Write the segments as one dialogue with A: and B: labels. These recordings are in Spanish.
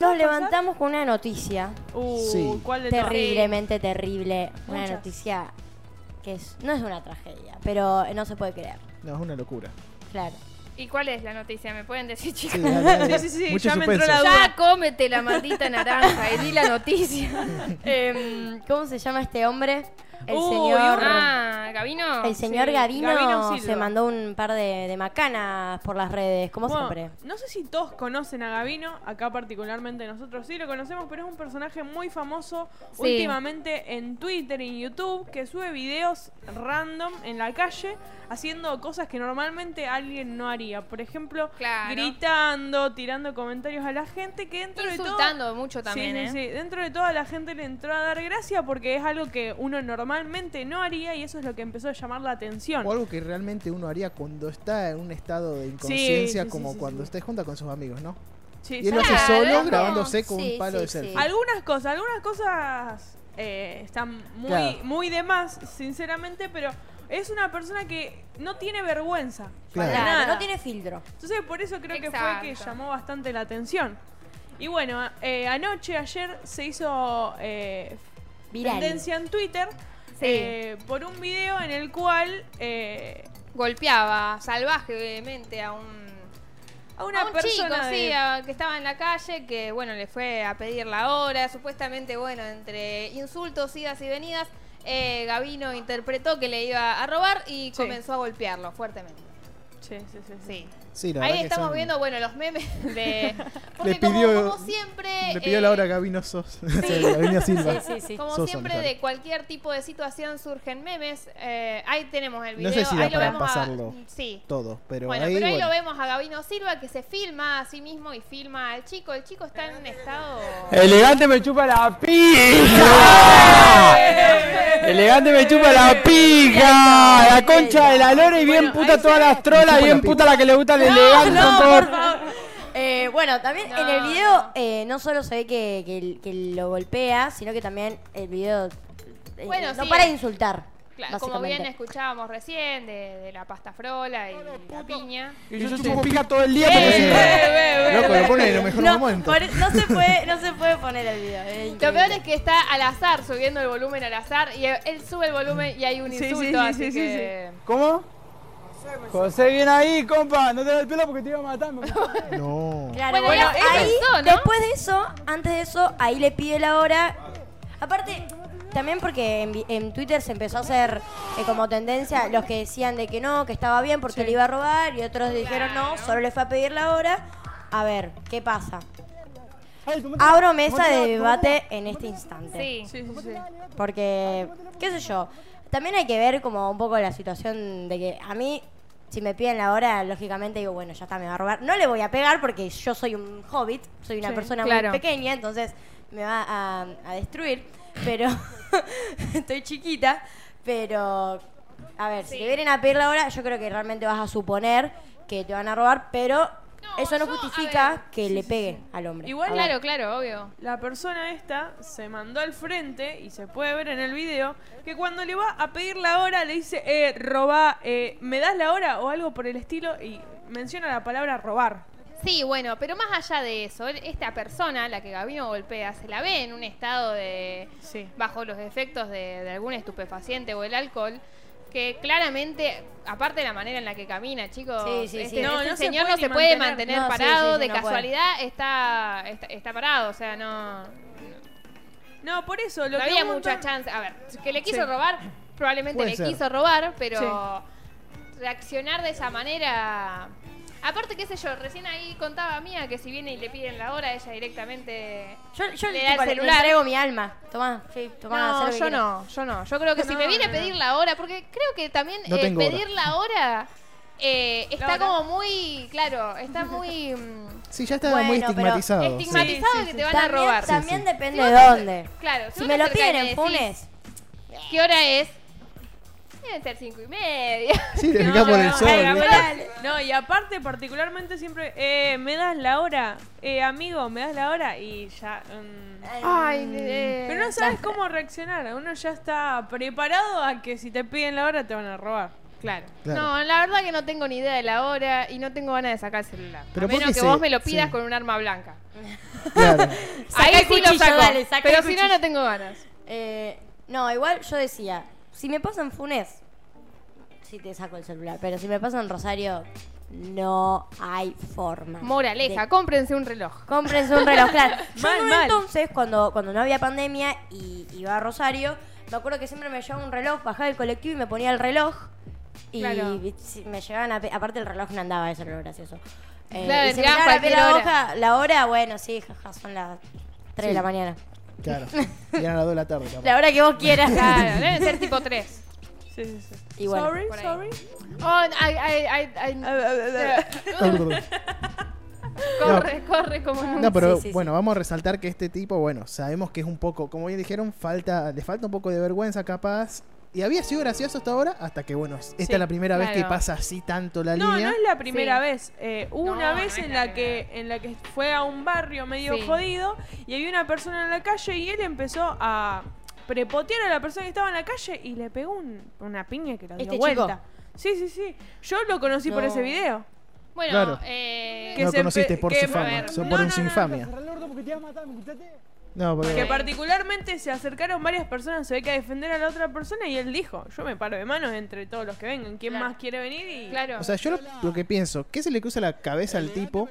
A: Nos levantamos con una noticia
B: Uh,
C: Sí.
B: ¿cuál de todas?
A: terriblemente terrible. Una
D: Muchas.
A: noticia que es, no es una tragedia, pero no se puede creer.
C: No, es una locura.
A: Claro.
E: ¿Y cuál es la noticia? ¿Me pueden decir,
C: Sí,
E: chicos?
C: dale, dale.
B: Sí, sí, sí,
C: Mucho
B: ya me entró
C: suspenso.
B: la duda.
E: Ya cómete la maldita naranja y di la noticia.
A: Em, ¿Cómo se llama este hombre? El
B: Mm, Uy,
A: señor.
E: Ah, Gabino.
A: El señor
B: sí,
A: Gavino,
B: Gavino Silva.
A: se mandó un par de, de macanas por las redes, como
B: Bueno,
A: siempre.
B: No sé si todos conocen a Gavino, acá particularmente nosotros sí lo conocemos, pero es un personaje muy famoso
E: Sí.
B: últimamente en Twitter y en YouTube que sube videos random en la calle haciendo cosas que normalmente alguien no haría. Por ejemplo,
E: Claro.
B: gritando, tirando comentarios a la gente que dentro de todo
E: Insultando mucho también,
B: sí,
E: ¿eh?
B: sí, sí. Dentro de toda la gente le entró a dar gracia porque es algo que uno normalmente no haría y eso es lo que empezó a llamar la atención.
C: O algo que realmente uno haría cuando está en un estado de inconsciencia,
B: sí,
C: como
B: sí,
C: cuando
B: sí.
C: estés junta con sus amigos, ¿no?
B: Sí,
C: Y él
B: sí.
C: lo hace
E: Claro,
C: solo,
E: es
C: grabándose con
A: sí,
C: un palo
A: sí,
C: de
A: sí.
C: selfie.
B: Algunas cosas, algunas cosas eh, están muy,
C: Claro.
B: muy de más, sinceramente, pero es una persona que no tiene vergüenza. Para
C: Claro.
A: Claro,
B: nada.
A: no tiene filtro.
B: Entonces por eso creo que fue que
E: Exacto.
B: llamó bastante la atención. Y bueno, eh, anoche, ayer, se hizo eh,
A: Viral.
B: tendencia en Twitter
E: Sí.
B: eh, por un video en el cual eh,
E: Golpeaba salvajemente a un.
B: a una
E: a un
B: persona
E: chico,
B: de-
E: sí, a- que estaba en la calle, que bueno, le fue a pedir la hora, supuestamente, bueno, entre insultos, idas y venidas, eh, Gavino interpretó que le iba a robar y
B: Sí.
E: comenzó a golpearlo fuertemente.
B: Sí, sí, sí, sí.
E: Sí.
C: Sí, la verdad
E: Ahí
C: que
E: estamos
C: son-
E: viendo, bueno, los memes de... Porque
C: Le pidió-
E: como, como siempre...
C: Le pidió
E: eh,
C: la hora Gabino Sos. Gabino
A: Sí,
C: Silva.
A: sí, sí.
E: Como
C: Sosa,
E: siempre,
C: claro.
E: de cualquier tipo de situación surgen memes. eh, ahí tenemos el
C: No
E: video.
C: sé si da
E: ahí lo
C: para
E: vemos a-
C: pasarlo.
E: Sí.
C: Todo, pero
E: bueno,
C: ahí.
E: pero ahí lo
C: bueno.
E: vemos a Gabino Silva que se filma a sí mismo y filma al chico. El chico está en un estado.
C: Eh,
F: Elegante me chupa la pija. Elegante me chupa la pija. La concha de la lora y bien puta todas las trolas, bien puta la que le gusta el elegante con todo.
A: Eh, bueno, también en el
E: No,
A: video
E: no.
A: eh, no solo se ve que, que- que lo golpea, sino que también el video eh,
E: Bueno,
A: no
E: sí,
A: para de
E: eh.
A: insultar.
E: Claro, como
A: básicamente.
E: bien escuchábamos recién de, de la pasta frola y la piña. Eh,
F: Y yo chupo pija todo el día, pero
C: Sí.
F: sí.
A: Eh.
C: Loco, lo pone en los mejores momentos.
A: pare- no se puede, no se puede poner el video. es
E: Lo
A: increíble.
E: peor es que está al azar, subiendo el volumen al azar, y él sube el volumen y hay un
B: Sí, sí,
E: insulto,
B: sí,
E: así
B: sí, sí,
E: que...
F: ¿Cómo? José, viene ahí, compa. No te da el pelo porque te iba a matar. me-
C: No.
A: Claro,
E: Bueno,
A: bueno,
E: eso
A: ahí,
E: pasó, ¿no?
A: después de eso, antes de eso, ahí le pide la hora. Aparte, también porque en, vi- en Twitter se empezó a hacer eh, como tendencia los que decían de que no, que estaba bien porque le iba a robar y otros dijeron no, solo le fue a pedir la hora. A ver, ¿qué pasa?
F: Ay, tomate-
A: Abro mesa
F: tomate-
A: de
F: tomate-
A: debate en este instante.
E: Sí.
B: Sí, sí, sí.
A: Porque, qué sé yo, también hay que ver como un poco la situación de que a mí, si me piden la hora, lógicamente digo, bueno, ya está, me va a robar. No le voy a pegar porque yo soy un hobbit, soy una
B: Sí,
A: persona
E: claro.
A: muy pequeña, entonces me va a, a destruir. Pero estoy chiquita, pero a ver, si
E: Sí.
A: te vienen a pedir la hora, yo creo que realmente vas a suponer que te van a robar, pero
E: No,
A: eso no
E: yo, a ver.
A: justifica que le peguen al hombre.
B: Igual la-
E: Ah, Claro, claro, obvio.
B: La persona esta se mandó al frente y se puede ver en el video que cuando le va a pedir la hora le dice, eh, roba, eh, ¿me das la hora? o algo por el estilo y menciona la palabra robar.
E: Sí, bueno, pero más allá de eso, él- esta persona, la que Gabino golpea, se la ve en un estado de...
B: Sí.
E: bajo los efectos de, de algún estupefaciente o el alcohol, que claramente, aparte de la manera en la que camina, chicos,
A: Sí, sí, sí.
E: este,
B: No,
E: este
B: no se
E: señor
B: puede
E: no se
B: ni
E: puede
B: mantener.
E: mantener,
A: No, sí,
E: parado,
A: sí, sí,
E: de
A: no puede.
E: casualidad está, está está parado, o sea, no,
B: No, por eso lo
E: no
B: que
E: había
B: un montón-
E: mucha chance. A ver, que le quiso
B: Sí.
E: robar, probablemente
C: Puede
E: le
C: ser.
E: quiso robar, pero reaccionar de esa manera... Aparte, qué sé yo, recién ahí contaba Mía que si viene y le piden la hora, ella directamente...
A: Yo, yo
E: Le da el
A: tipo, le- le
E: celular.
A: entrego mi alma. Tomá, sí, tomá, hacé
E: No,
A: lo que
E: yo
A: quieras.
E: no, yo no. Yo creo que si
B: No,
E: me viene a
B: no,
E: pedir la hora, porque creo que también
C: No
E: eh,
C: tengo hora.
E: pedir la hora eh, está
B: hora.
E: como muy, claro, está muy mm,
C: Sí, ya estaba muy
A: Bueno, pero
C: estigmatizado. sí.
E: estigmatizado
B: Sí, sí,
E: que
B: sí.
E: te van
A: también,
E: a robar.
A: También
C: Sí, sí.
A: depende
E: Si
A: de
E: vos te-
A: dónde.
E: claro, si
A: si
E: vos
A: me
E: te
A: lo
E: acercás y
A: piden
E: me
A: en
E: decís-
A: Funes,
E: ¿Qué hora es? Deben ser cinco y media.
C: Sí, te fijas por el sol.
B: Ay,
C: ¿viste?
B: aparte- no, y aparte particularmente siempre, eh, ¿me das la hora? Eh, amigo, ¿me das la hora? Y ya... mm.
E: Ay,
B: Pero no sabes cómo reaccionar, uno ya está preparado a que si te piden la hora te van a robar.
E: Claro.
C: Claro.
E: No, la verdad que no tengo ni idea de la hora y no tengo ganas de sacar el celular.
C: Pero
E: a
C: ¿por
E: menos
C: qué
E: que
C: se-
E: vos me lo pidas
C: sí.
E: con un arma blanca.
C: Claro.
A: Saca
E: Ahí
A: el
E: sí lo
A: cuchillo,
E: saco.
A: dale, saca
E: pero
A: el
E: si no,
A: cuchillo.
E: no tengo ganas.
A: Eh, no, igual yo decía, si me pasan Funes, sí te saco el celular, pero si me pasan Rosario, no hay forma.
E: Moraleja,
A: de-
E: cómprense un reloj.
A: Cómprense un reloj, claro. Yo
B: Mal,
A: en un
B: mal.
A: entonces, cuando, cuando no había pandemia y iba a Rosario, me acuerdo que siempre me llevaba un reloj, bajaba el colectivo y me ponía el reloj. Y
E: Claro.
A: si- me llegaban a pe- Aparte el reloj no andaba, eso era lo gracioso. Eh,
E: Claro,
A: y se
E: tiraban
A: miraban a pe- la,
E: cualquier
A: hoja- la hora, bueno, sí, jaja, son las 3 de
C: Sí.
A: la mañana.
C: Claro. Y eran las 2 de la tarde. capaz.
A: La hora que vos quieras.
E: Claro, deben ser tipo 3.
B: Sí, sí, sí.
A: Y bueno,
B: sorry,
E: por ahí.
B: sorry.
E: Oh, ay, ay, ay, ay,
B: Ah, ah, ah, ah.
E: corre, corre como nunca.
C: No, pero
A: Sí, sí, sí.
C: bueno, vamos a resaltar que este tipo, bueno, sabemos que es un poco, como bien dijeron, falta, le falta un poco de vergüenza capaz. Y había sido gracioso hasta ahora, hasta que bueno, esta
B: Sí,
C: es la primera vez que
E: claro.
C: pasa así tanto la
B: No,
C: línea.
B: no es la primera
E: Sí.
B: vez. Eh, hubo
E: No,
B: una
E: no
B: vez
E: es
B: en
E: la
B: la que en la que fue a un barrio medio
E: Sí.
B: jodido y había una persona en la calle y él empezó a prepotear a la persona que estaba en la calle y le pegó un- una piña que lo dio
A: ¿Este
B: vuelta. Sí, sí, sí. Yo lo conocí por
A: No.
B: ese video.
E: Bueno,
C: Claro.
E: eh,
B: que
C: No
B: se
C: conociste
B: empe-
C: por
B: que-
C: su
B: a
C: fama,
E: ver,
C: so-
B: no,
C: por
B: no,
C: su
B: no,
C: infamia. No, pero-
B: Que
E: Sí.
B: particularmente se acercaron varias personas, se ve que a defender a la otra persona y él dijo, yo me paro de manos entre todos los que vengan, ¿quién
E: Claro.
B: más quiere venir? Y...
E: claro.
C: O sea, yo lo, lo que pienso, ¿qué se le cruza la cabeza al tipo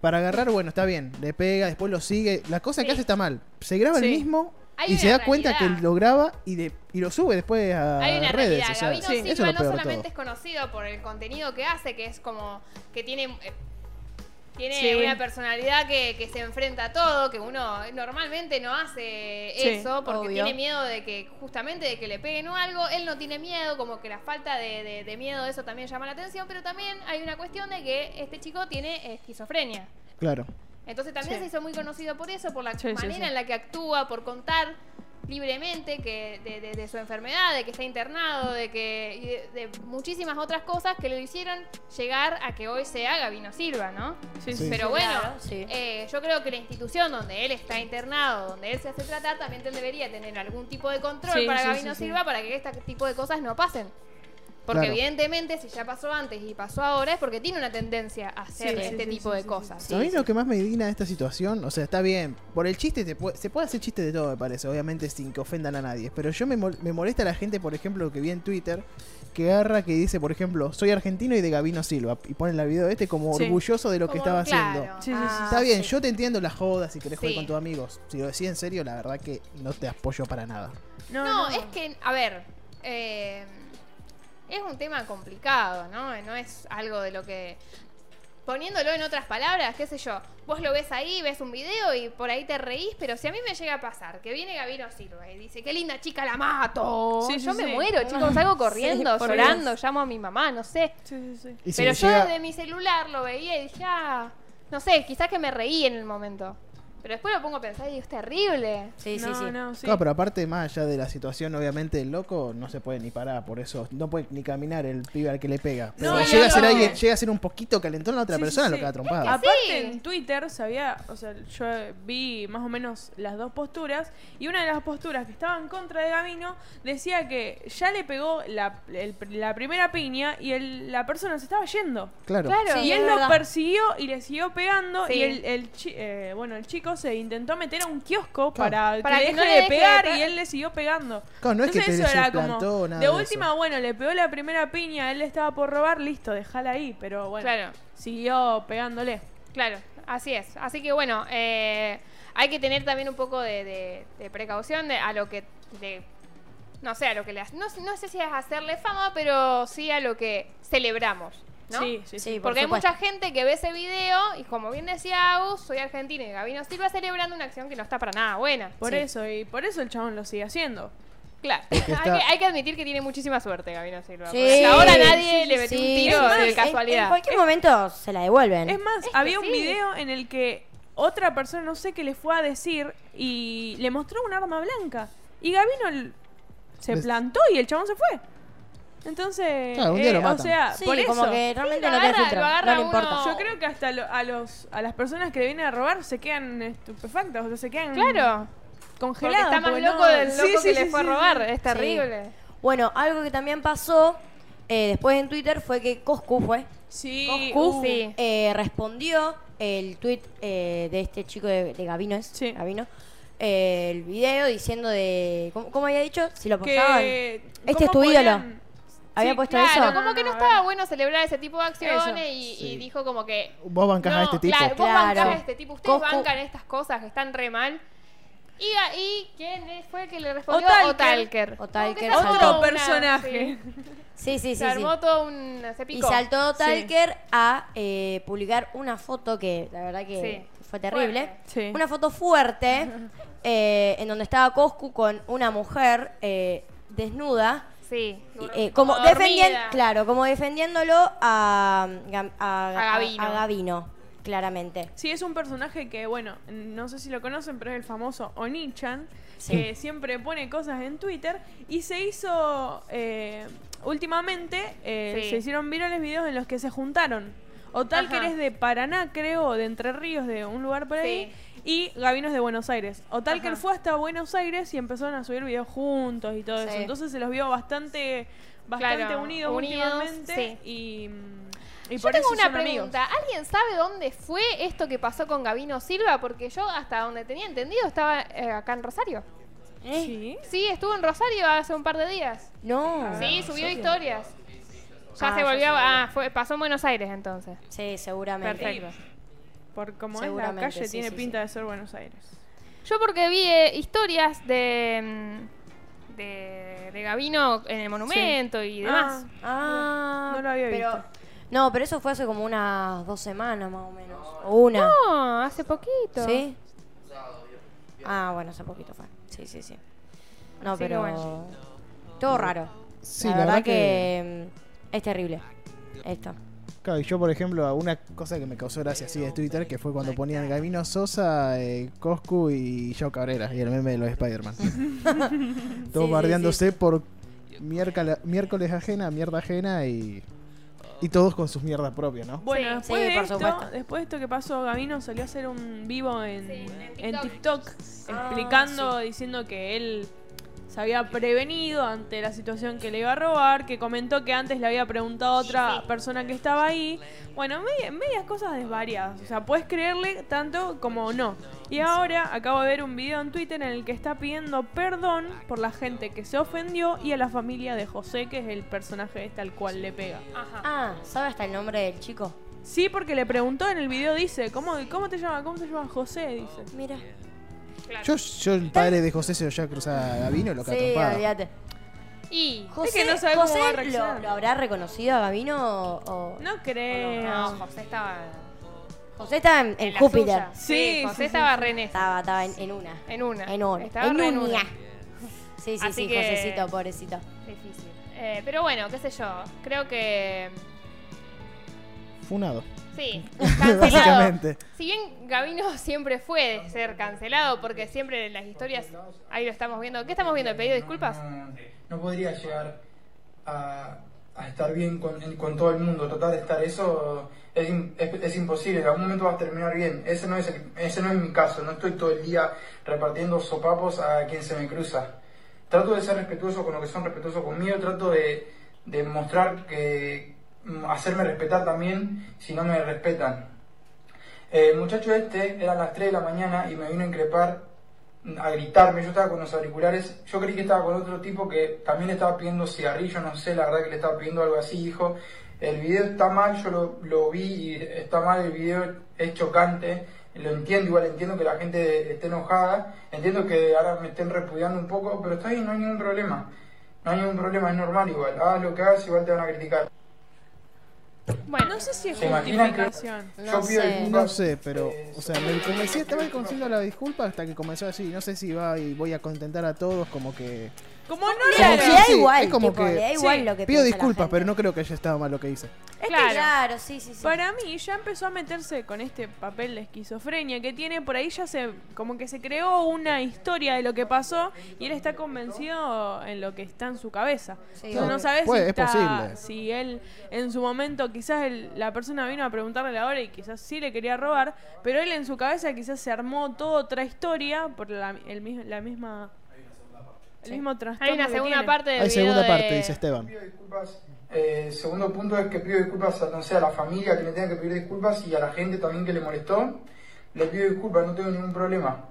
C: para agarrar? Bueno, está bien, le pega, después lo sigue. La cosa que hace está mal. Se graba el
B: Sí.
C: mismo
E: Hay
C: y
E: una
C: se da cuenta que
E: realidad.
C: lo graba y, de- y lo sube después a
E: hay una
C: redes.
E: realidad.
C: o sea,
E: Gabino
C: sí, eso
E: Silva
C: es lo
E: no
C: peor de
E: solamente
C: todo.
E: es conocido por el contenido que hace, que es como que tiene eh, tiene
B: Sí.
E: una personalidad que, que se enfrenta a todo, que uno normalmente no hace
B: Sí,
E: eso porque
A: obvio.
E: tiene miedo de que justamente de que le peguen o algo. Él no tiene miedo, como que la falta de, de- de miedo eso también llama la atención, pero también hay una cuestión de que este chico tiene esquizofrenia.
C: Claro.
E: Entonces también se hizo muy conocido por eso, por la
B: Sí, sí,
E: manera
B: sí.
E: en la que actúa, por contar libremente que de, de- de su enfermedad, de que está internado, de que y de, de muchísimas otras cosas que lo hicieron llegar a que hoy sea Gabino Silva, ¿no?
B: Sí,
C: Sí.
B: sí.
E: Pero
A: Sí,
E: bueno,
A: claro, sí.
E: eh, yo creo que la institución donde él está internado, donde él se hace tratar, también te- debería tener algún tipo de control
B: Sí,
E: para
B: sí,
E: Gabino
B: sí, sí.
E: Silva para que este tipo de cosas no pasen. Porque
C: Claro.
E: evidentemente si ya pasó antes y pasó ahora es porque tiene una tendencia a hacer
A: sí,
E: este
B: sí,
E: tipo
B: sí,
E: de
B: sí, sí.
E: cosas.
C: A mí lo que más me indigna de esta situación, o sea, está bien, por el chiste te pue- se puede hacer chiste de todo, me parece, obviamente sin que ofendan a nadie, pero yo me, mol- me molesta a la gente, por ejemplo, que vi en Twitter, que agarra que dice, por ejemplo, soy argentino y de Gabino Silva, y ponen la video este como
B: Sí.
C: orgulloso de lo que
E: Como,
C: estaba
E: claro. Ah,
C: haciendo.
B: Sí, sí, sí.
C: Está bien,
A: sí.
C: yo te entiendo las jodas si querés jugar
E: Sí.
C: con tus amigos. Si lo decís en serio, la verdad que no te apoyo para nada.
B: No,
E: No,
B: no.
E: es que, a ver, eh, es un tema complicado, ¿no? No es algo de lo que... Poniéndolo en otras palabras, qué sé yo, vos lo ves ahí, ves un video y por ahí te reís, pero si a mí me llega a pasar que viene Gabino Silva y dice, qué linda chica la mato,
B: Sí, sí,
E: yo me
B: sí.
E: muero, chicos, salgo corriendo,
A: por
E: llorando, llamo a mi mamá, no sé.
B: Sí, sí, sí.
C: Y si
E: pero
C: le
E: yo
C: llega-
E: desde mi celular lo veía y dije, ah, no sé, quizás que me reí en el momento. Pero después lo pongo a pensar y digo, es terrible.
A: sí, sí,
B: no,
A: sí.
B: no, sí.
C: Claro, Ah, pero aparte, más allá de la situación, obviamente el loco no se puede ni parar, por eso no puede ni caminar el pibe al que le pega. Pero
B: No,
C: llega, a
B: no,
C: ser
B: no.
C: alguien, llega a ser un poquito calentón la otra
B: Sí, sí,
C: persona,
B: sí.
C: lo que ha trompado.
E: Es
B: Aparte
E: Sí.
B: en Twitter sabía, o sea, yo vi más o menos las dos posturas y una de las posturas que estaba en contra de Gabino decía que ya le pegó la, el- la primera piña y el- la persona se estaba yendo.
C: Claro.
E: Claro.
B: y
A: es
B: él lo
A: verdad.
B: persiguió y le siguió pegando
E: Sí.
B: y el, el chi- eh, bueno el chico se intentó meter a un kiosco
C: Claro.
B: para,
E: Para
B: que,
E: que
B: deje
E: no le
B: de
E: deje de
B: pegar
E: pegar.
B: y él le siguió pegando.
C: Claro, no es que
B: Entonces
C: te
B: eso era como
C: desplantó, nada
B: de
C: de
B: última
C: eso.
B: bueno le pegó la primera piña él estaba por robar listo déjala ahí pero bueno
E: Claro.
B: siguió pegándole.
E: Claro, así es. Así que bueno, eh, hay que tener también un poco de, de- de precaución de- a lo que... de- no sé, a lo que le hace- no, sé- no sé si es hacerle fama, pero sí a lo que celebramos. ¿no?
B: Sí, sí, sí.
A: Sí, por
E: Porque hay
A: supuesto.
E: mucha gente que ve ese video y como bien decía Agus, soy argentina y Gabino Silva celebrando una acción que no está para nada buena.
B: Por
A: Sí.
B: eso, y por eso el chabón lo sigue haciendo.
E: Claro.
C: Porque
E: hay,
C: está-
E: que, hay que admitir que tiene muchísima suerte Gabino Silva.
A: Sí,
E: porque hasta ahora nadie le metió
A: sí,
E: un tiro
A: sí.
E: de
A: En- En,
E: casualidad.
A: cualquier momento se la devuelven.
B: Es más,
E: Es que
B: había un
E: Este sí.
B: video en el que otra persona, no sé qué le fue a decir, y le mostró un arma blanca. Y Gabino l- se
C: Les-
B: plantó y el chabón se fue. Entonces,
C: Pues
B: eh,
C: Claro, un día lo
B: o
C: matan.
B: sea,
A: sí,
B: por eso.
A: como que realmente
E: lo
A: no tiene
E: agarra-
A: filtro,
E: lo
A: no
E: agarra
A: le importa.
E: uno-
B: Yo creo que hasta lo- a los a las personas que le vienen a robar se quedan estupefactas, o sea, se quedan
E: Claro. Porque
B: congeladas.
E: está más
B: porque
E: loco
B: no-
E: del loco
B: Sí, sí,
E: que
B: sí,
E: le fue
B: sí,
E: a robar.
B: sí.
E: Es terrible.
A: Bueno, algo que también pasó eh, después en Twitter fue que Coscu fue.
B: Sí,
A: Coscu
B: uh,
E: sí.
A: eh, respondió el tweet eh, de este chico de, de Gabino, ¿es?
B: Sí.
A: Gabino. Eh, el video diciendo de. ¿Cómo, cómo había dicho? Si lo postaban.
B: que
A: Este es tu
B: ¿cómo
A: ídolo.
B: podían-
A: Había
B: Sí,
A: puesto
E: Claro,
A: eso.
E: como que no
B: No, no,
E: estaba
B: no.
E: bueno celebrar ese tipo de acciones y, y
C: Sí.
E: dijo como que...
C: Vos bancás a
E: no,
C: este tipo.
E: Claro, vos
A: Claro.
E: bancás a este tipo. Ustedes
A: Coscu-
E: bancan estas cosas que están re mal. Y, y ¿quién es- fue el que le respondió?
B: Otalker.
E: Otalker. Como que
A: Otalker
E: se armó
A: saltó.
B: Otro
E: una-
B: personaje.
E: sí.
A: Sí, sí, sí.
E: Se
A: sí.
E: armó todo un... Se
A: Y
E: picó.
A: saltó
B: Sí.
A: Talker a eh, publicar una foto que la verdad que fue terrible.
E: Fuerte.
B: Sí.
A: Una foto fuerte eh, en donde estaba Coscu con una mujer eh, desnuda.
E: Sí.
A: y, eh, como defendiendo,
E: dormida.
A: claro, como defendiéndolo a, Gam- a,
E: A Gabino.
A: a- a Gabino, claramente.
B: Sí, es un personaje que, bueno, no sé si lo conocen, pero es el famoso Onichan,
A: Sí.
B: que siempre pone cosas en Twitter y se hizo, eh, últimamente, eh,
E: Sí.
B: se hicieron virales videos en los que se juntaron. O tal que
E: Ajá.
B: eres de Paraná, creo, o de Entre Ríos, de un lugar por ahí, y Gabino es de Buenos Aires. O tal que él
E: Ajá.
B: fue hasta Buenos Aires y empezaron a subir videos juntos y todo
A: Sí.
B: eso. Entonces se los vio bastante, bastante
E: Claro,
B: unidos,
E: unidos,
B: últimamente.
E: sí.
B: Y, mm, y
E: Yo
B: por
E: tengo
B: eso
E: una
B: son amigos.
E: pregunta. ¿Alguien sabe dónde fue esto que pasó con Gabino Silva? Porque yo, hasta donde tenía entendido, estaba eh, acá en Rosario.
A: ¿Eh?
B: Sí.
E: Sí, estuvo en Rosario hace un par de días.
A: No.
E: Sí, subió historias. Ya
A: Ah,
E: se
A: ya
E: volvió.
A: se volvió.
E: Ah, fue, pasó en Buenos Aires entonces.
A: Sí, seguramente.
E: Perfecto.
B: Por como es la
A: Seguramente,
B: calle,
A: sí,
B: tiene
A: sí,
B: pinta de ser Buenos Aires.
E: Yo porque vi eh, historias de, mm, de. de Gabino en el monumento y demás.
A: Ah,
B: No lo había
A: pero,
B: visto.
A: No, pero eso fue hace como unas dos semanas más o menos. O una.
E: No, hace poquito.
A: ¿Sí? Ah, bueno, hace poquito fue. Sí, sí, sí. No,
E: Así que
A: pero.
E: bueno.
A: Todo raro.
C: Sí,
A: la, verdad, que... mm, es terrible. Esto.
C: Claro, y yo, por ejemplo, una cosa que me causó gracia así de Twitter, que fue cuando ponían Gabino Sosa, eh, Coscu y Joe Cabrera, y el meme de los Spider-Man. Todos
A: Sí, sí,
C: bardeándose por miércoles, miércoles ajena, mierda ajena y, y todos con sus mierdas propias, ¿no?
B: Bueno,
E: Sí,
B: después,
A: sí,
B: de
A: por
B: esto,
A: supuesto.
B: después de esto que pasó, Gabino salió a hacer un vivo en,
E: Sí, en
B: en
E: TikTok.
B: TikTok,
A: Ah,
B: explicando, diciendo que él se había prevenido ante la situación que le iba a robar, que comentó que antes le había preguntado a otra persona que estaba ahí. Bueno, media- medias cosas desvariadas. O sea, puedes creerle tanto como no. Y ahora acabo de ver un video en Twitter en el que está pidiendo perdón por la gente que se ofendió y a la familia de José, que es el personaje este al cual le pega.
E: Ajá.
A: Ah, ¿sabe hasta el nombre del chico?
B: Sí, porque le preguntó en el video, dice, ¿cómo, cómo te llamas? ¿Cómo te llamas José? Dice.
A: Mira.
C: Yo, yo el padre de José se lo lleva a cruzar a Gabino y lo que
A: Sí,
C: atrapaba.
A: olvídate.
E: Y.
A: José,
B: no sabe cómo
A: José
B: va a
A: lo-
B: reaccionar.
A: lo, habrá reconocido a Gabino o- o.?
B: No creo.
E: eh, No, José estaba.
A: José estaba en, en
E: la
A: Júpiter.
E: suya.
B: Sí,
E: José
B: sí, sí,
E: estaba
B: sí.
E: re en esa.
A: Estaba, estaba en, en una.
E: En una.
A: En una.
E: Estaba
A: en
E: re en una.
A: una. Sí, sí,
E: Así
A: sí,
E: que-
A: Josecito, pobrecito.
E: Difícil. Eh, pero bueno, qué sé yo. Creo que. mm,
C: Funado,
E: Sí, cancelado.
C: básicamente.
E: Si bien Gabino siempre fue de ser cancelado, porque siempre en las historias, ahí lo estamos viendo. ¿Qué estamos viendo? ¿El pedido de disculpas?
D: No podría llegar a, a estar bien con, en- con todo el mundo. Tratar de estar eso es, im- es- es imposible. En algún momento vas a terminar bien. Ese no, es el- ese no es mi caso. No estoy todo el día repartiendo sopapos a quien se me cruza. Trato de ser respetuoso con los que son respetuosos conmigo. Trato de, de mostrar que. mm, hacerme respetar también si no me respetan. Eh, El muchacho este eran las 3 de la mañana y me vino a increpar, a gritarme. Yo estaba con los auriculares. Yo creí que estaba con otro tipo que también le estaba pidiendo cigarrillo, no sé, la verdad que le estaba pidiendo algo así. Dijo: El video está mal, yo lo, lo vi y está mal. El video es chocante. Lo entiendo, igual entiendo que la gente esté enojada. Entiendo que ahora me estén repudiando un poco, pero está bien, no hay ningún problema. No hay ningún problema, es normal igual. Hagas lo que hagas, igual te van a criticar.
E: Bueno,
B: No sé si es
D: ¿Se imaginan que-
B: justificación.
A: No
D: yo pido
A: sé.
D: disculpas,
C: No sé, pero,
D: eh,
C: o sea, me convencí, estaba convenciendo la disculpa hasta que comenzó así. No sé si va y voy a contentar a todos, como que.
B: Como no
A: Le-
B: era-
C: Claro.
A: le da
C: Sí,
A: igual,
C: es como
A: tipo,
C: que-
A: le da igual
B: Sí.
A: lo que
C: Pido
A: piensa la
C: disculpas,
A: gente.
C: pero no creo que haya estado mal lo que hice.
E: claro.
A: Claro, sí, sí, sí.
B: Para mí ya empezó a meterse con este papel de esquizofrenia que tiene, por ahí ya se como que se creó una historia de lo que pasó y él está convencido en lo que está en su cabeza.
A: Sí.
B: Entonces, no sabes
C: Puede,
B: si,
C: es
B: está-
C: posible.
B: si él en su momento quizás él- la persona vino a preguntarle la hora y quizás sí le quería robar, pero él en su cabeza quizás se armó toda otra historia por la, el, mis- la misma el mismo trastorno
E: hay una
B: que
E: segunda
B: tiene.
E: parte del
C: Hay
E: video
C: segunda
E: de-
C: parte, dice este. Esteban.
D: pido disculpas Eh, segundo punto es que pido disculpas a, no sé, a la familia que le tenga que pedir disculpas y a la gente también que le molestó. Le pido disculpas, no tengo ningún problema.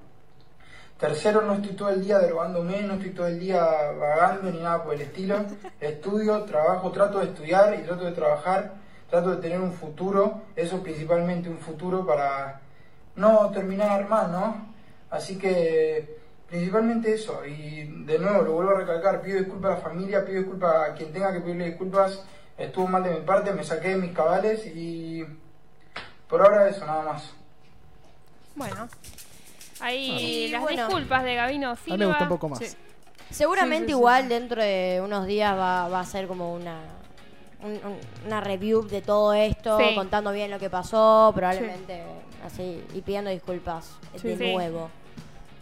D: Tercero, no estoy todo el día drogándome, no estoy todo el día vagando ni nada por el estilo. Estudio, trabajo, trato de estudiar y trato de trabajar, trato de tener un futuro, eso principalmente un futuro para no terminar mal, ¿no? Así que principalmente eso, y de nuevo lo vuelvo a recalcar, pido disculpas a la familia, pido disculpas a quien tenga que pedirle disculpas, estuvo mal de mi parte, me saqué de mis cabales y por ahora eso nada más.
E: Bueno. Ahí
A: Y
E: las
A: bueno.
E: disculpas de Gabino
C: A
E: Silva.
C: mí Ah, me gusta un poco más.
B: Sí.
A: Seguramente
B: Sí, sí, sí.
A: igual dentro de unos días va, va a ser como una, un- un- una review de todo esto,
E: Sí.
A: contando bien lo que pasó, probablemente así, y pidiendo disculpas
B: Sí.
A: de
E: Sí.
A: nuevo.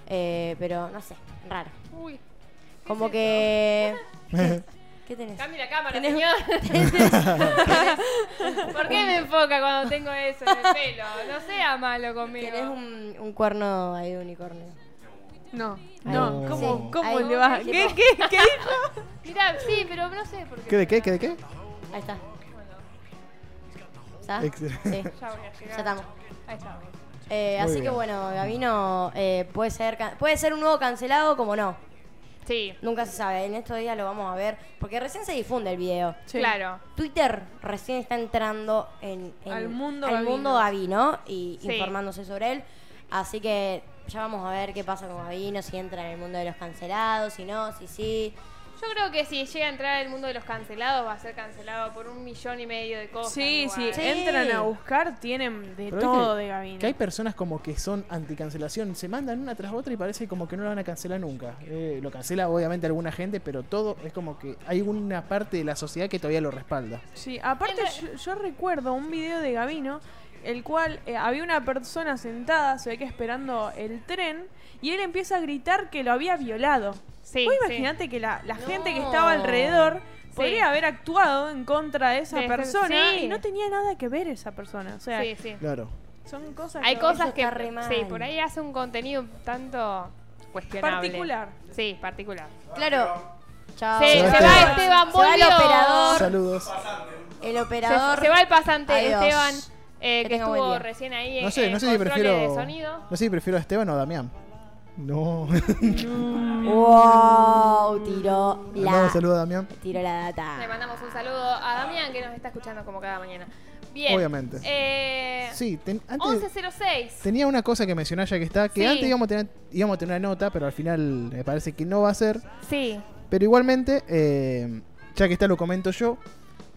A: Eh, pero no sé, raro.
E: Uy.
A: Como que... ¿Qué tenés?
E: Cambia la cámara,
A: Tenés-
E: señor. ¿Por qué me enfoca cuando tengo eso en el pelo? No sea malo conmigo.
A: Tenés un, un cuerno ahí de unicornio.
B: No,
C: No.
B: no, ¿cómo,
A: Sí.
B: cómo
A: Ahí.
B: le vas?
A: Sí,
B: ¿Qué,
A: po.
B: qué, qué dijo?
E: Mirá, sí, pero no sé por qué.
C: ¿Qué de qué? ¿Qué de qué?
A: Ahí está. ¿Está?
C: Excelente.
A: Sí,
E: Ya voy a llegar.
A: ya estamos.
E: Ahí estamos.
A: Eh,
C: Muy
A: así que
C: bien.
A: bueno, Gabino eh, puede ser can- puede ser un nuevo cancelado como no.
E: Sí,
A: Nunca se sabe, en estos días lo vamos a ver, porque recién se difunde el video.
B: Sí.
E: claro.
A: Twitter recién está entrando en, en-
B: Al mundo
A: al
B: Gabino.
A: mundo Gabino y
E: Sí.
A: informándose sobre él. Así que ya vamos a ver qué pasa con Gabino, si entra en el mundo de los cancelados, si no, si sí.
E: Yo creo que si llega a entrar al mundo de los cancelados, va a ser cancelado por un millón y medio de cosas.
B: Sí, sí,
E: igual.
A: Sí.
B: entran a buscar, tienen de
C: Pero
B: todo
C: viste
B: de Gabino.
C: Que hay personas como que son anticancelación, se mandan una tras otra y parece como que no la van a cancelar nunca. Eh, lo cancela obviamente alguna gente, pero todo es como que hay una parte de la sociedad que todavía lo respalda.
B: Sí, aparte yo, yo recuerdo un video de Gabino, el cual eh, había una persona sentada, se ve que esperando el tren, y él empieza a gritar que lo había violado.
E: Sí,
B: Vos
E: sí.
B: imaginate que la, la gente que
A: No.
B: estaba alrededor podría haber actuado en contra de esa
E: De ese-
B: persona
E: sí.
B: y no tenía nada que ver esa persona. O sea,
E: Sí, sí.
C: Claro.
B: son cosas
E: Hay
B: que-
E: cosas que.
A: está re mal.
E: Sí, por ahí hace un contenido un tanto cuestionable.
B: particular.
E: Sí, particular.
A: Claro. Chao.
E: Sí, se
C: Sebastián.
E: va Esteban
A: Ah, Se va el
E: Bolio.
A: operador.
C: Saludos.
A: El
E: Se-
A: operador.
E: Se, va el pasante
A: Adiós.
E: Esteban, eh,
A: Que
E: que,
A: tenga buen día.
E: estuvo recién ahí
C: No sé,
E: en
C: no sé si
E: controles Eh, de
C: prefiero.
E: sonido.
C: No sé si prefiero a Esteban o a Damián. No.
A: Wow, tiró
C: Le
A: la,
C: Mandamos saludos a Damián.
A: tiró la
E: Le
A: data.
E: mandamos un saludo a Damián que nos está escuchando como cada mañana. Bien.
C: Obviamente.
E: Eh,
C: Sí, ten- antes.
E: 1106.
C: Tenía una cosa que mencionar ya que está, que
E: Sí.
C: antes íbamos a, tener, íbamos a tener una nota, pero al final me parece que no va a ser.
E: Sí.
C: Pero igualmente, eh, ya que está, lo comento yo.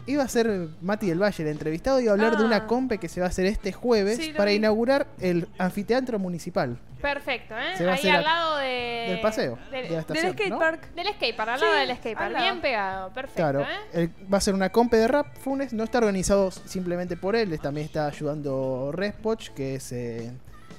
C: Iba a ser Mati del Valle el entrevistado y iba a hablar de
B: Ah.
C: una compe que se va a hacer este jueves
B: Sí, lo
C: para
B: vi.
C: inaugurar el anfiteatro municipal
E: Perfecto, ¿eh?
C: Se va a
E: Ahí
C: hacer
E: al
C: a-
E: lado de-
C: del paseo
E: Del,
C: de la
B: Del
C: estación. ¿no?
B: skatepark.
E: del skatepark, al lado
B: Sí,
E: del skatepark.
B: al lado.
E: Bien pegado, perfecto,
C: Claro,
E: ¿eh?
C: el- va a ser una compe de rap. Funes no está organizado simplemente por él, también está ayudando Respoch, que es eh,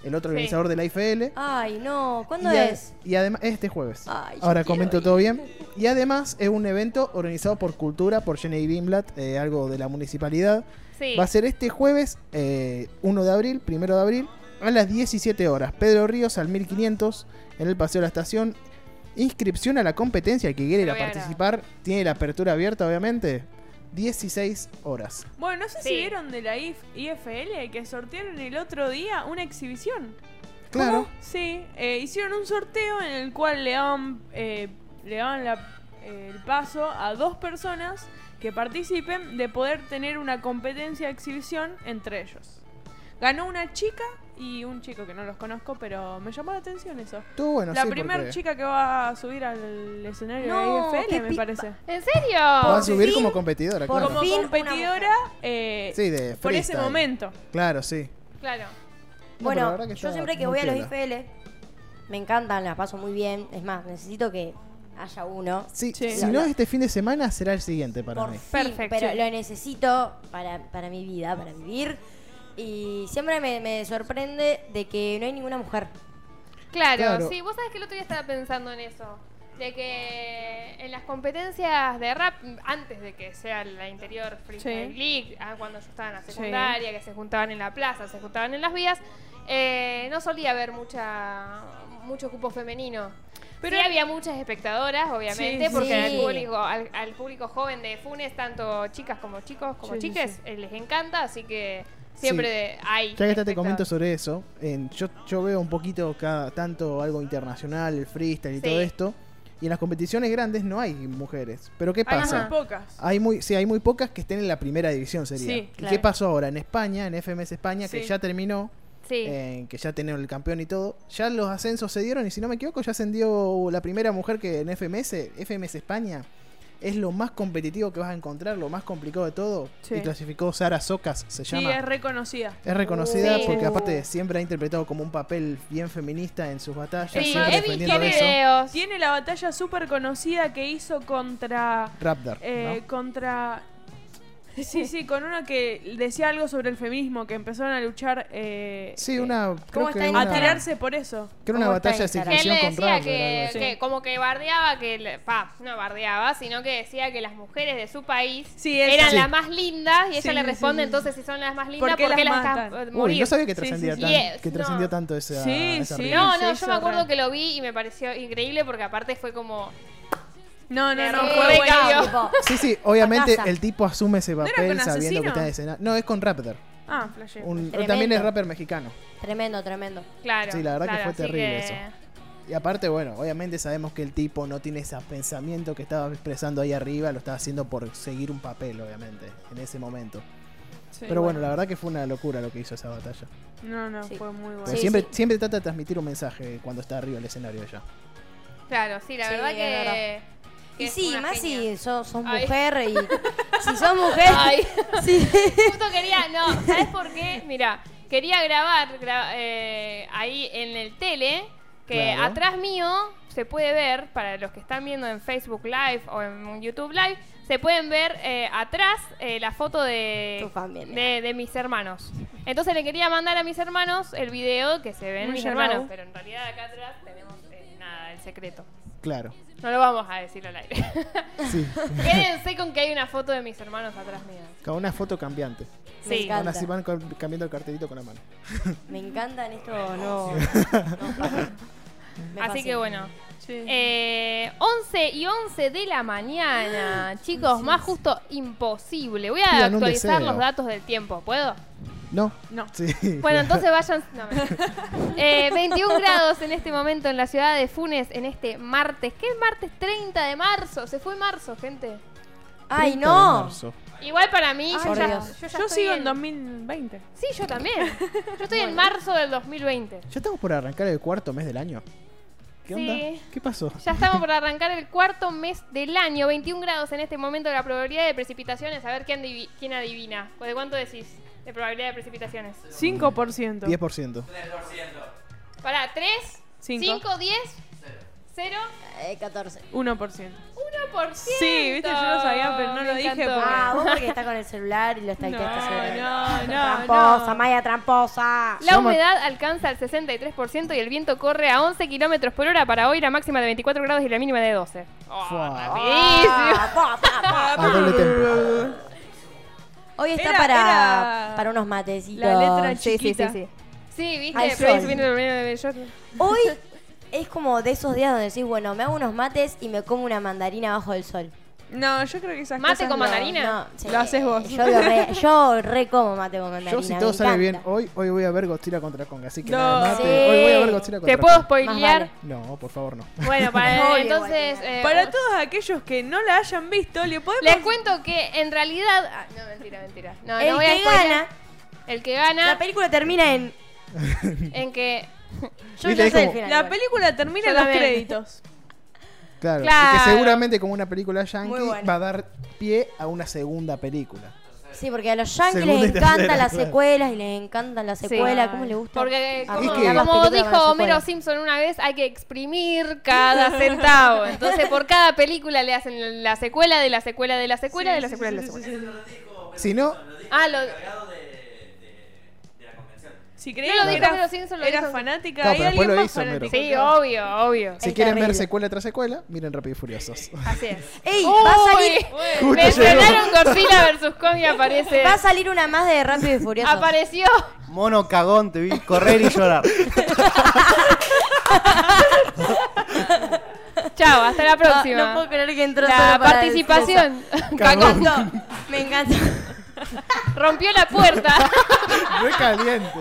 C: el otro
E: Sí.
C: organizador de la IFL.
A: Ay, no, ¿cuándo
C: y a-
A: es?
C: Y además, este jueves.
A: Ay, yo
C: Ahora
A: quiero
C: comento
A: ir.
C: todo bien. Y además es un evento organizado por Cultura, por Jenny Greenblatt, eh, algo de la municipalidad.
E: Sí.
C: Va a ser este jueves, eh, 1 de abril, 1 de abril, a las 17 horas. Pedro Ríos al 1500, en el Paseo de la Estación. Inscripción a la competencia, el que quiere ir
E: Lo
C: a
E: voy a grabar.
C: participar, tiene la apertura abierta, obviamente. 16 horas.
B: Bueno, no sé si
E: Sí.
B: vieron de la IF IFL que sortearon el otro día una exhibición.
C: Claro.
B: Sí, eh, hicieron un sorteo en el cual le daban, eh, le daban la- eh, el paso a dos personas que participen de poder tener una competencia de exhibición entre ellos. Ganó una chica y un chico que no los conozco, pero me llamó la atención eso.
C: Tú, bueno,
B: la
C: sí,
B: primera
C: porque
B: chica que va a subir al escenario
A: No,
B: de
A: qué
B: IFL, me
A: pi-
B: parece.
E: ¿En serio?
C: Va a
A: Por
C: subir
A: fin,
C: como competidora,
A: por
C: claro.
B: Como
A: fin, una
B: competidora, eh,
C: Sí, de
B: por ese
C: freestyle.
B: momento.
C: Claro, sí.
E: Claro.
C: No, pero la
A: Bueno,
C: verdad que
A: yo
C: está
A: siempre que voy
C: muy
A: a los
C: piola.
A: IFL, me encantan, las paso muy bien. Es más, necesito que haya uno.
C: Sí,
B: Sí.
C: si no, este fin de semana será el siguiente para
A: Por
C: mí.
A: fin,
E: Perfecto.
A: pero lo necesito para, para mi vida, para vivir. Y siempre me, me sorprende de que no hay ninguna mujer.
E: Claro,
C: Claro.
E: sí, vos sabés que el otro día estaba pensando en eso, de que en las competencias de rap, antes de que sea la interior Freestyle
B: Sí.
E: League, ah, cuando yo estaba en la
B: Sí.
E: secundaria, que se juntaban en la plaza, se juntaban en las vías, eh, no solía haber mucha mucho cupo femenino.
B: Pero-
E: sí había muchas espectadoras,
B: Sí,
E: obviamente,
B: sí,
E: porque
A: sí.
E: Al, público, al, al público joven de Funes, tanto chicas como chicos, como
B: Sí, sí,
E: chiques, eh, les encanta, así que siempre hay.
C: Ya que está te
E: espectadores.
C: comento sobre eso, en- yo, yo veo un poquito cada tanto algo internacional, el freestyle y
E: Sí.
C: todo esto, y en las competiciones grandes no hay mujeres. Pero ¿qué
B: Hay
C: pasa? Ah,
B: muy pocas.
C: Hay muy, sí, hay muy pocas que estén en la primera división, sería.
B: Sí,
C: ¿Y
A: claro.
C: qué pasó ahora? En España, en FMS España, que
B: Sí.
C: ya terminó,
E: Sí.
C: eh, que ya tenemos el campeón y todo, ya los ascensos se dieron, y si no me equivoco, ya ascendió la primera mujer que en FMS, FMS España, es lo más competitivo que vas a encontrar, lo más complicado de todo,
B: Sí.
C: y clasificó Sara Socas, se
B: Sí,
C: llama.
B: es reconocida.
C: Es reconocida
E: Sí.
C: porque aparte siempre ha interpretado como un papel bien feminista en sus batallas,
E: Sí,
C: siempre
E: he visto
C: defendiendo eso.
E: videos.
B: Tiene la batalla súper conocida que hizo contra.
C: Raptor.
B: eh,
C: ¿no?
B: Contra. Sí, sí, con una que decía algo sobre el feminismo, que empezaron a luchar. eh,
C: Sí,
B: eh,
C: una creo
A: está
C: que
A: en
B: A
C: una,
A: Instagram?
B: tirarse por eso.
C: que era una
A: ¿Cómo está
C: batalla de
A: Instagram?
E: Que él
C: ciclización
E: le
C: con
E: decía
C: Raptor.
E: que,
B: Sí.
E: que como que bardeaba que le- pa, no bardeaba, sino que decía que las mujeres de su país
B: Sí, esa.
E: eran
B: Sí.
E: las más lindas y ella
B: Sí,
E: le
B: sí,
E: responde
B: sí.
E: entonces si son las más lindas, ¿por
B: qué
E: qué,
B: las
E: las dejas
B: matan?
E: eh,
C: Uy,
E: morir?
C: no sabía que
B: Sí, sí,
C: trascendía
B: sí.
C: tanto,
E: Yes,
C: que trascendió
E: no.
C: tanto esa,
B: Sí,
C: esa
B: sí.
C: riña.
E: No,
B: Sí,
E: no,
B: hizo
E: yo me acuerdo
B: re.
E: que lo vi y me pareció increíble porque aparte fue como
B: No, no, no,
E: Sí.
B: fue
E: Recambio.
B: buenísimo.
A: Eh, Tipo,
C: Sí, sí, obviamente
A: Arrasa.
C: el tipo asume ese
B: era
C: papel
B: con
C: sabiendo
B: Asesino?
C: que está en escena. No, es con Raptor.
B: Ah, flashé.
C: Un-
A: Tremendo.
C: también es rapper mexicano.
A: Tremendo, tremendo.
E: claro.
C: Sí, la verdad que
E: claro,
C: fue
E: así
C: terrible eso. Y aparte, bueno, obviamente sabemos que el tipo no tiene ese pensamiento que estaba expresando ahí arriba, lo estaba haciendo por seguir un papel, obviamente, en ese momento.
B: Sí.
C: Pero bueno, la verdad que fue una locura lo que hizo esa batalla.
B: No, no,
A: Sí.
B: fue muy bueno.
C: Porque
A: Sí,
C: siempre,
A: sí.
C: siempre trata de transmitir un mensaje cuando está arriba el escenario ella.
E: Claro, sí, la
A: Sí,
E: verdad
A: es
E: que,
A: verdad.
E: que
A: Y
E: es
A: sí,
E: una
A: más
E: genia.
A: si sos, sos
E: Ay.
A: mujer y. Si sos mujer.
E: Ay.
A: Sí.
E: Justo quería, no, ¿sabes por qué? Mira, quería grabar gra- eh, ahí en el tele, que
C: Claro.
E: atrás mío se puede ver, para los que están viendo en Facebook Live o en YouTube Live, se pueden ver eh, atrás eh, la foto de,
A: Tu familia.
E: de, de mis hermanos. Entonces le quería mandar a mis hermanos el video que se ven
B: Muy
E: mis
B: llorado.
E: hermanos, pero en realidad acá atrás tenemos eh, nada, el secreto.
C: Claro,
E: No lo vamos a decir al aire.
C: sí.
E: Quédense con que hay una foto de mis hermanos atrás mío.
C: Con una foto cambiante.
A: Me
E: Sí.
A: encanta.
C: Van así, van cam- cambiando el cartelito con la mano.
A: Me encantan estos no.
E: Así que bueno.
B: Sí.
E: Eh, 11 y 11 de la mañana. Chicos, más justo imposible. Voy a
C: Pidan un
E: actualizar
C: deseo.
E: los datos del tiempo. ¿Puedo?
C: No.
B: No.
C: Sí.
E: Bueno, entonces vayan... no, mentira. Eh, 21 grados en este momento en la ciudad de Funes en este martes. ¿Qué martes 30 de marzo? Se fue marzo, gente.
A: ¡Ay,
C: 30 de
A: no!
C: marzo.
E: Igual para mí, yo
A: Por
E: ya,
A: Dios.
E: yo ya
B: Yo
E: estoy
B: sigo en 2020.
E: Sí, yo también. Yo estoy en marzo del 2020.
C: Ya estamos por arrancar el cuarto mes del año. ¿Qué
E: Sí.
C: onda? ¿Qué pasó?
E: Ya estamos por arrancar el cuarto mes del año. 21 grados en este momento. La probabilidad de precipitaciones. A ver quién, adivi- quién adivina. ¿De cuánto decís? De probabilidad de precipitaciones.
B: 5%.
C: 10%.
E: Para 3,
B: Cinco.
E: 5, 10, 0,
A: Eh, 14.
B: 1%.
E: 1%.
B: Sí, viste, yo lo sabía, pero no
E: Me
B: lo dije
E: encantó.
B: porque-
A: Ah, vos porque estás con el celular y lo estás
B: No,
A: haciendo.
B: no, no,
A: Tramposa,
B: no.
A: Maya tramposa.
E: La
C: Yo me-
E: humedad alcanza el 63% y el viento corre a 11 kilómetros por hora. Para hoy la máxima de 24 grados y la mínima de 12. Oh,
C: Fua.
A: Ah,
B: Ah.
E: rapidísimo.
A: Pa, pa, pa.
C: A Ah, doble tempo.
A: Hoy está
B: Era-
A: para,
B: era-
A: para unos matecitos.
B: La letra
E: Sí, sí, sí,
B: chiquita.
E: sí. Sí, viste,
A: Al
E: pero ahí
A: sol.
E: se viene lo menos de yo-
A: Hoy es como de esos días donde decís, bueno, me hago unos mates y me como una mandarina bajo el sol.
B: No, yo creo que esas
E: Mate
B: cosas
E: con
B: no.
E: mandarina.
A: No, sí,
B: Lo haces vos.
A: Yo, lo re, yo re como mate con mandarina.
C: Yo si
A: me
C: todo sale bien
A: encanta.
C: hoy, hoy voy a ver Godzilla contra Kong, así que
B: No.
C: nada más te-
A: Sí.
C: hoy voy a ver Godzilla contra
E: ¿Te puedo
C: Kong.
E: spoilear?
A: vale.
C: No, por favor, no.
E: Bueno, para,
A: Obvio,
E: entonces...
A: Guatina.
E: eh,
B: Para todos aquellos que no la hayan visto, le podemos.
E: Les cuento que en realidad. ah, no, mentira, mentira. No, no
A: El
E: voy a
A: que
E: spoilear.
A: gana,
E: El que
A: la
E: gana.
A: película termina en...
E: En que.
A: Yo
C: Viste,
A: ya
C: es
A: sé el
C: como-
A: final.
B: La
A: igual.
B: película termina
E: Yo
B: en los
E: también.
B: créditos.
C: Claro, y
E: Claro.
C: que seguramente como una película yankee
A: Muy bueno.
C: va a dar pie a una segunda película.
A: Sí, porque a los yankees
C: Segunda
A: les
C: y
A: encantan
C: tercera,
A: las
C: claro.
A: secuelas y les encantan las secuelas.
E: Sí.
A: ¿Cómo les gusta?
E: Porque, eh,
A: Ah,
E: como,
C: es que-
E: como
A: las películas van a
E: dijo
A: ser
E: Homero
A: buenas.
E: Simpson una vez, hay que exprimir cada centavo. Entonces, por cada película le hacen la secuela de la secuela de la secuela de la
B: Sí,
E: secuela de la
B: sí, sí,
E: secuela.
B: sí,
C: Si no,
E: Ah, lo,
B: sí. Si
E: No
B: creías
E: lo
B: que
E: dijo, pero
B: era,
E: Simpson lo
B: era
E: dijo.
B: fanática,
C: No,
B: hay
C: pero después
B: alguien
C: lo
B: más
C: hizo, Homero.
B: fanático.
E: sí, obvio, obvio.
A: Es
C: si quieren ver
A: terrible.
C: secuela tras secuela, miren Rápido y Furiosos.
E: Así es.
A: ¡Ey! Va a, salir,
E: Uy, Mencionaron Godzilla vs. Kong y aparece.
A: va a salir una más de Rápido y Furioso.
E: Apareció.
G: Mono cagón, te vi correr y llorar.
E: Chao, hasta la
A: No,
E: próxima.
A: no puedo creer que entró
E: la
A: solo para
E: participación.
A: decir eso. Me encantó, me encantó.
E: Rompió la puerta.
C: Re caliente.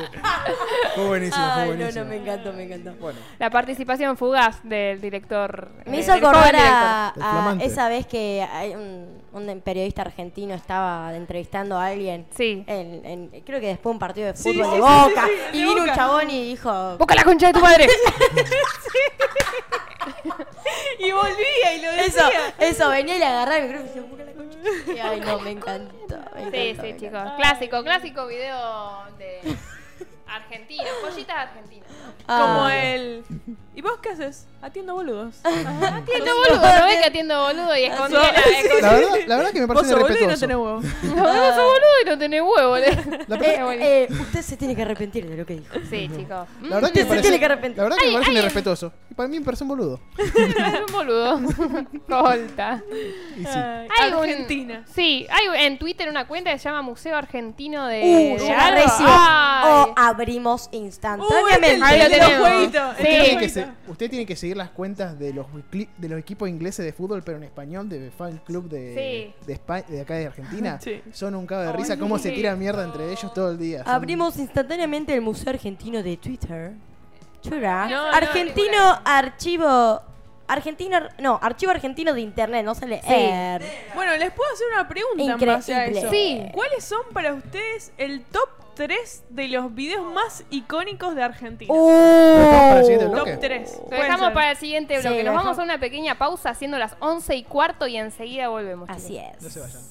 C: Fue buenísimo, fue
A: Ay, no,
C: buenísimo.
A: no, me encantó, me encantó.
C: Bueno,
E: la participación fugaz del director.
A: Me
E: eh,
A: hizo
E: del joven
A: acordar
E: director.
A: a,
C: director.
A: a
C: El flamante.
A: esa vez que hay un, un periodista argentino estaba entrevistando a alguien.
E: Sí.
A: en- en- creo que después de un partido de
B: Sí,
A: fútbol
B: sí,
A: de
B: sí,
A: boca.
B: sí, sí, de
A: y vino
B: Boca.
A: un chabón y dijo.
E: ¡Busca la concha de tu madre!
B: Y volvía y lo
A: Eso,
B: decía.
A: eso, venía y le agarraba el micrófono y decía, "Busca la concha". Y, Ay, no, me encantó. me
E: Sí,
A: encantó, me
E: sí,
A: encantó.
E: chicos. Clásico, clásico video de Argentina, joyitas argentinas.
B: Como
A: Ah.
B: el. ¿Y vos qué haces? Atiendo boludos.
E: Atiendo boludo, no ves que atiendo boludo y escondí la. escondí-
C: Ah. la verdad, la verdad que me
B: Vos
C: parece
B: sos boludo y no
C: respetuoso.
B: tenés huevo.
E: No, no sos boludo y no tenés huevo. le-
C: La
A: Eh,
C: pre-
A: eh, usted se tiene que arrepentir de lo que dijo.
E: Sí, chicos. Mm,
C: la verdad que
A: se
C: me parece,
A: tiene que arrepentir.
C: La verdad que me
E: Ay,
C: parece
E: ay.
C: irrespetuoso. Y para mí me parece un boludo.
E: Mm, es un boludo. Colta.
C: Y sí.
E: Hay un-
B: Ah, Argentina.
E: Sí, hay en Twitter una cuenta que se llama Museo Argentino de,
A: Uh,
E: de
A: ya
E: algo.
A: recibo.
E: Ay.
A: O abrimos
B: este es
A: instantáneamente.
B: el
E: Ahí lo
B: de los
E: tenemos.
B: jueguitos,
E: Sí.
B: el de los
C: Usted, tiene que
B: jueguitos.
C: se- usted tiene que seguir las cuentas de los cli- de los equipos ingleses de fútbol, pero en español, de fan club de,
E: Sí.
C: de, Espa- de acá de Argentina.
B: Sí.
C: Son un cago de risa cómo se tiran mierda entre ellos todo el día. Son-
A: Abrimos instantáneamente el Museo Argentino de Twitter. Chura.
B: No, no,
A: argentino archivo. Argentino. No, archivo argentino de internet, no sé leer.
B: Bueno, les puedo hacer una pregunta en base a
A: Increíble.
B: eso.
E: Sí.
B: ¿Cuáles son para ustedes el top 3 de los videos más icónicos de Argentina?
C: para el siguiente
A: Uh.
C: bloque?
B: Top 3.
E: Lo dejamos Pues para el siguiente
A: Sí,
E: bloque.
A: lo
E: Nos vamos
A: dejamos.
E: a una pequeña pausa, siendo las 11 y cuarto, y enseguida volvemos. chicos.
A: Así es.
C: No se vayan.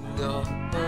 G: mundo.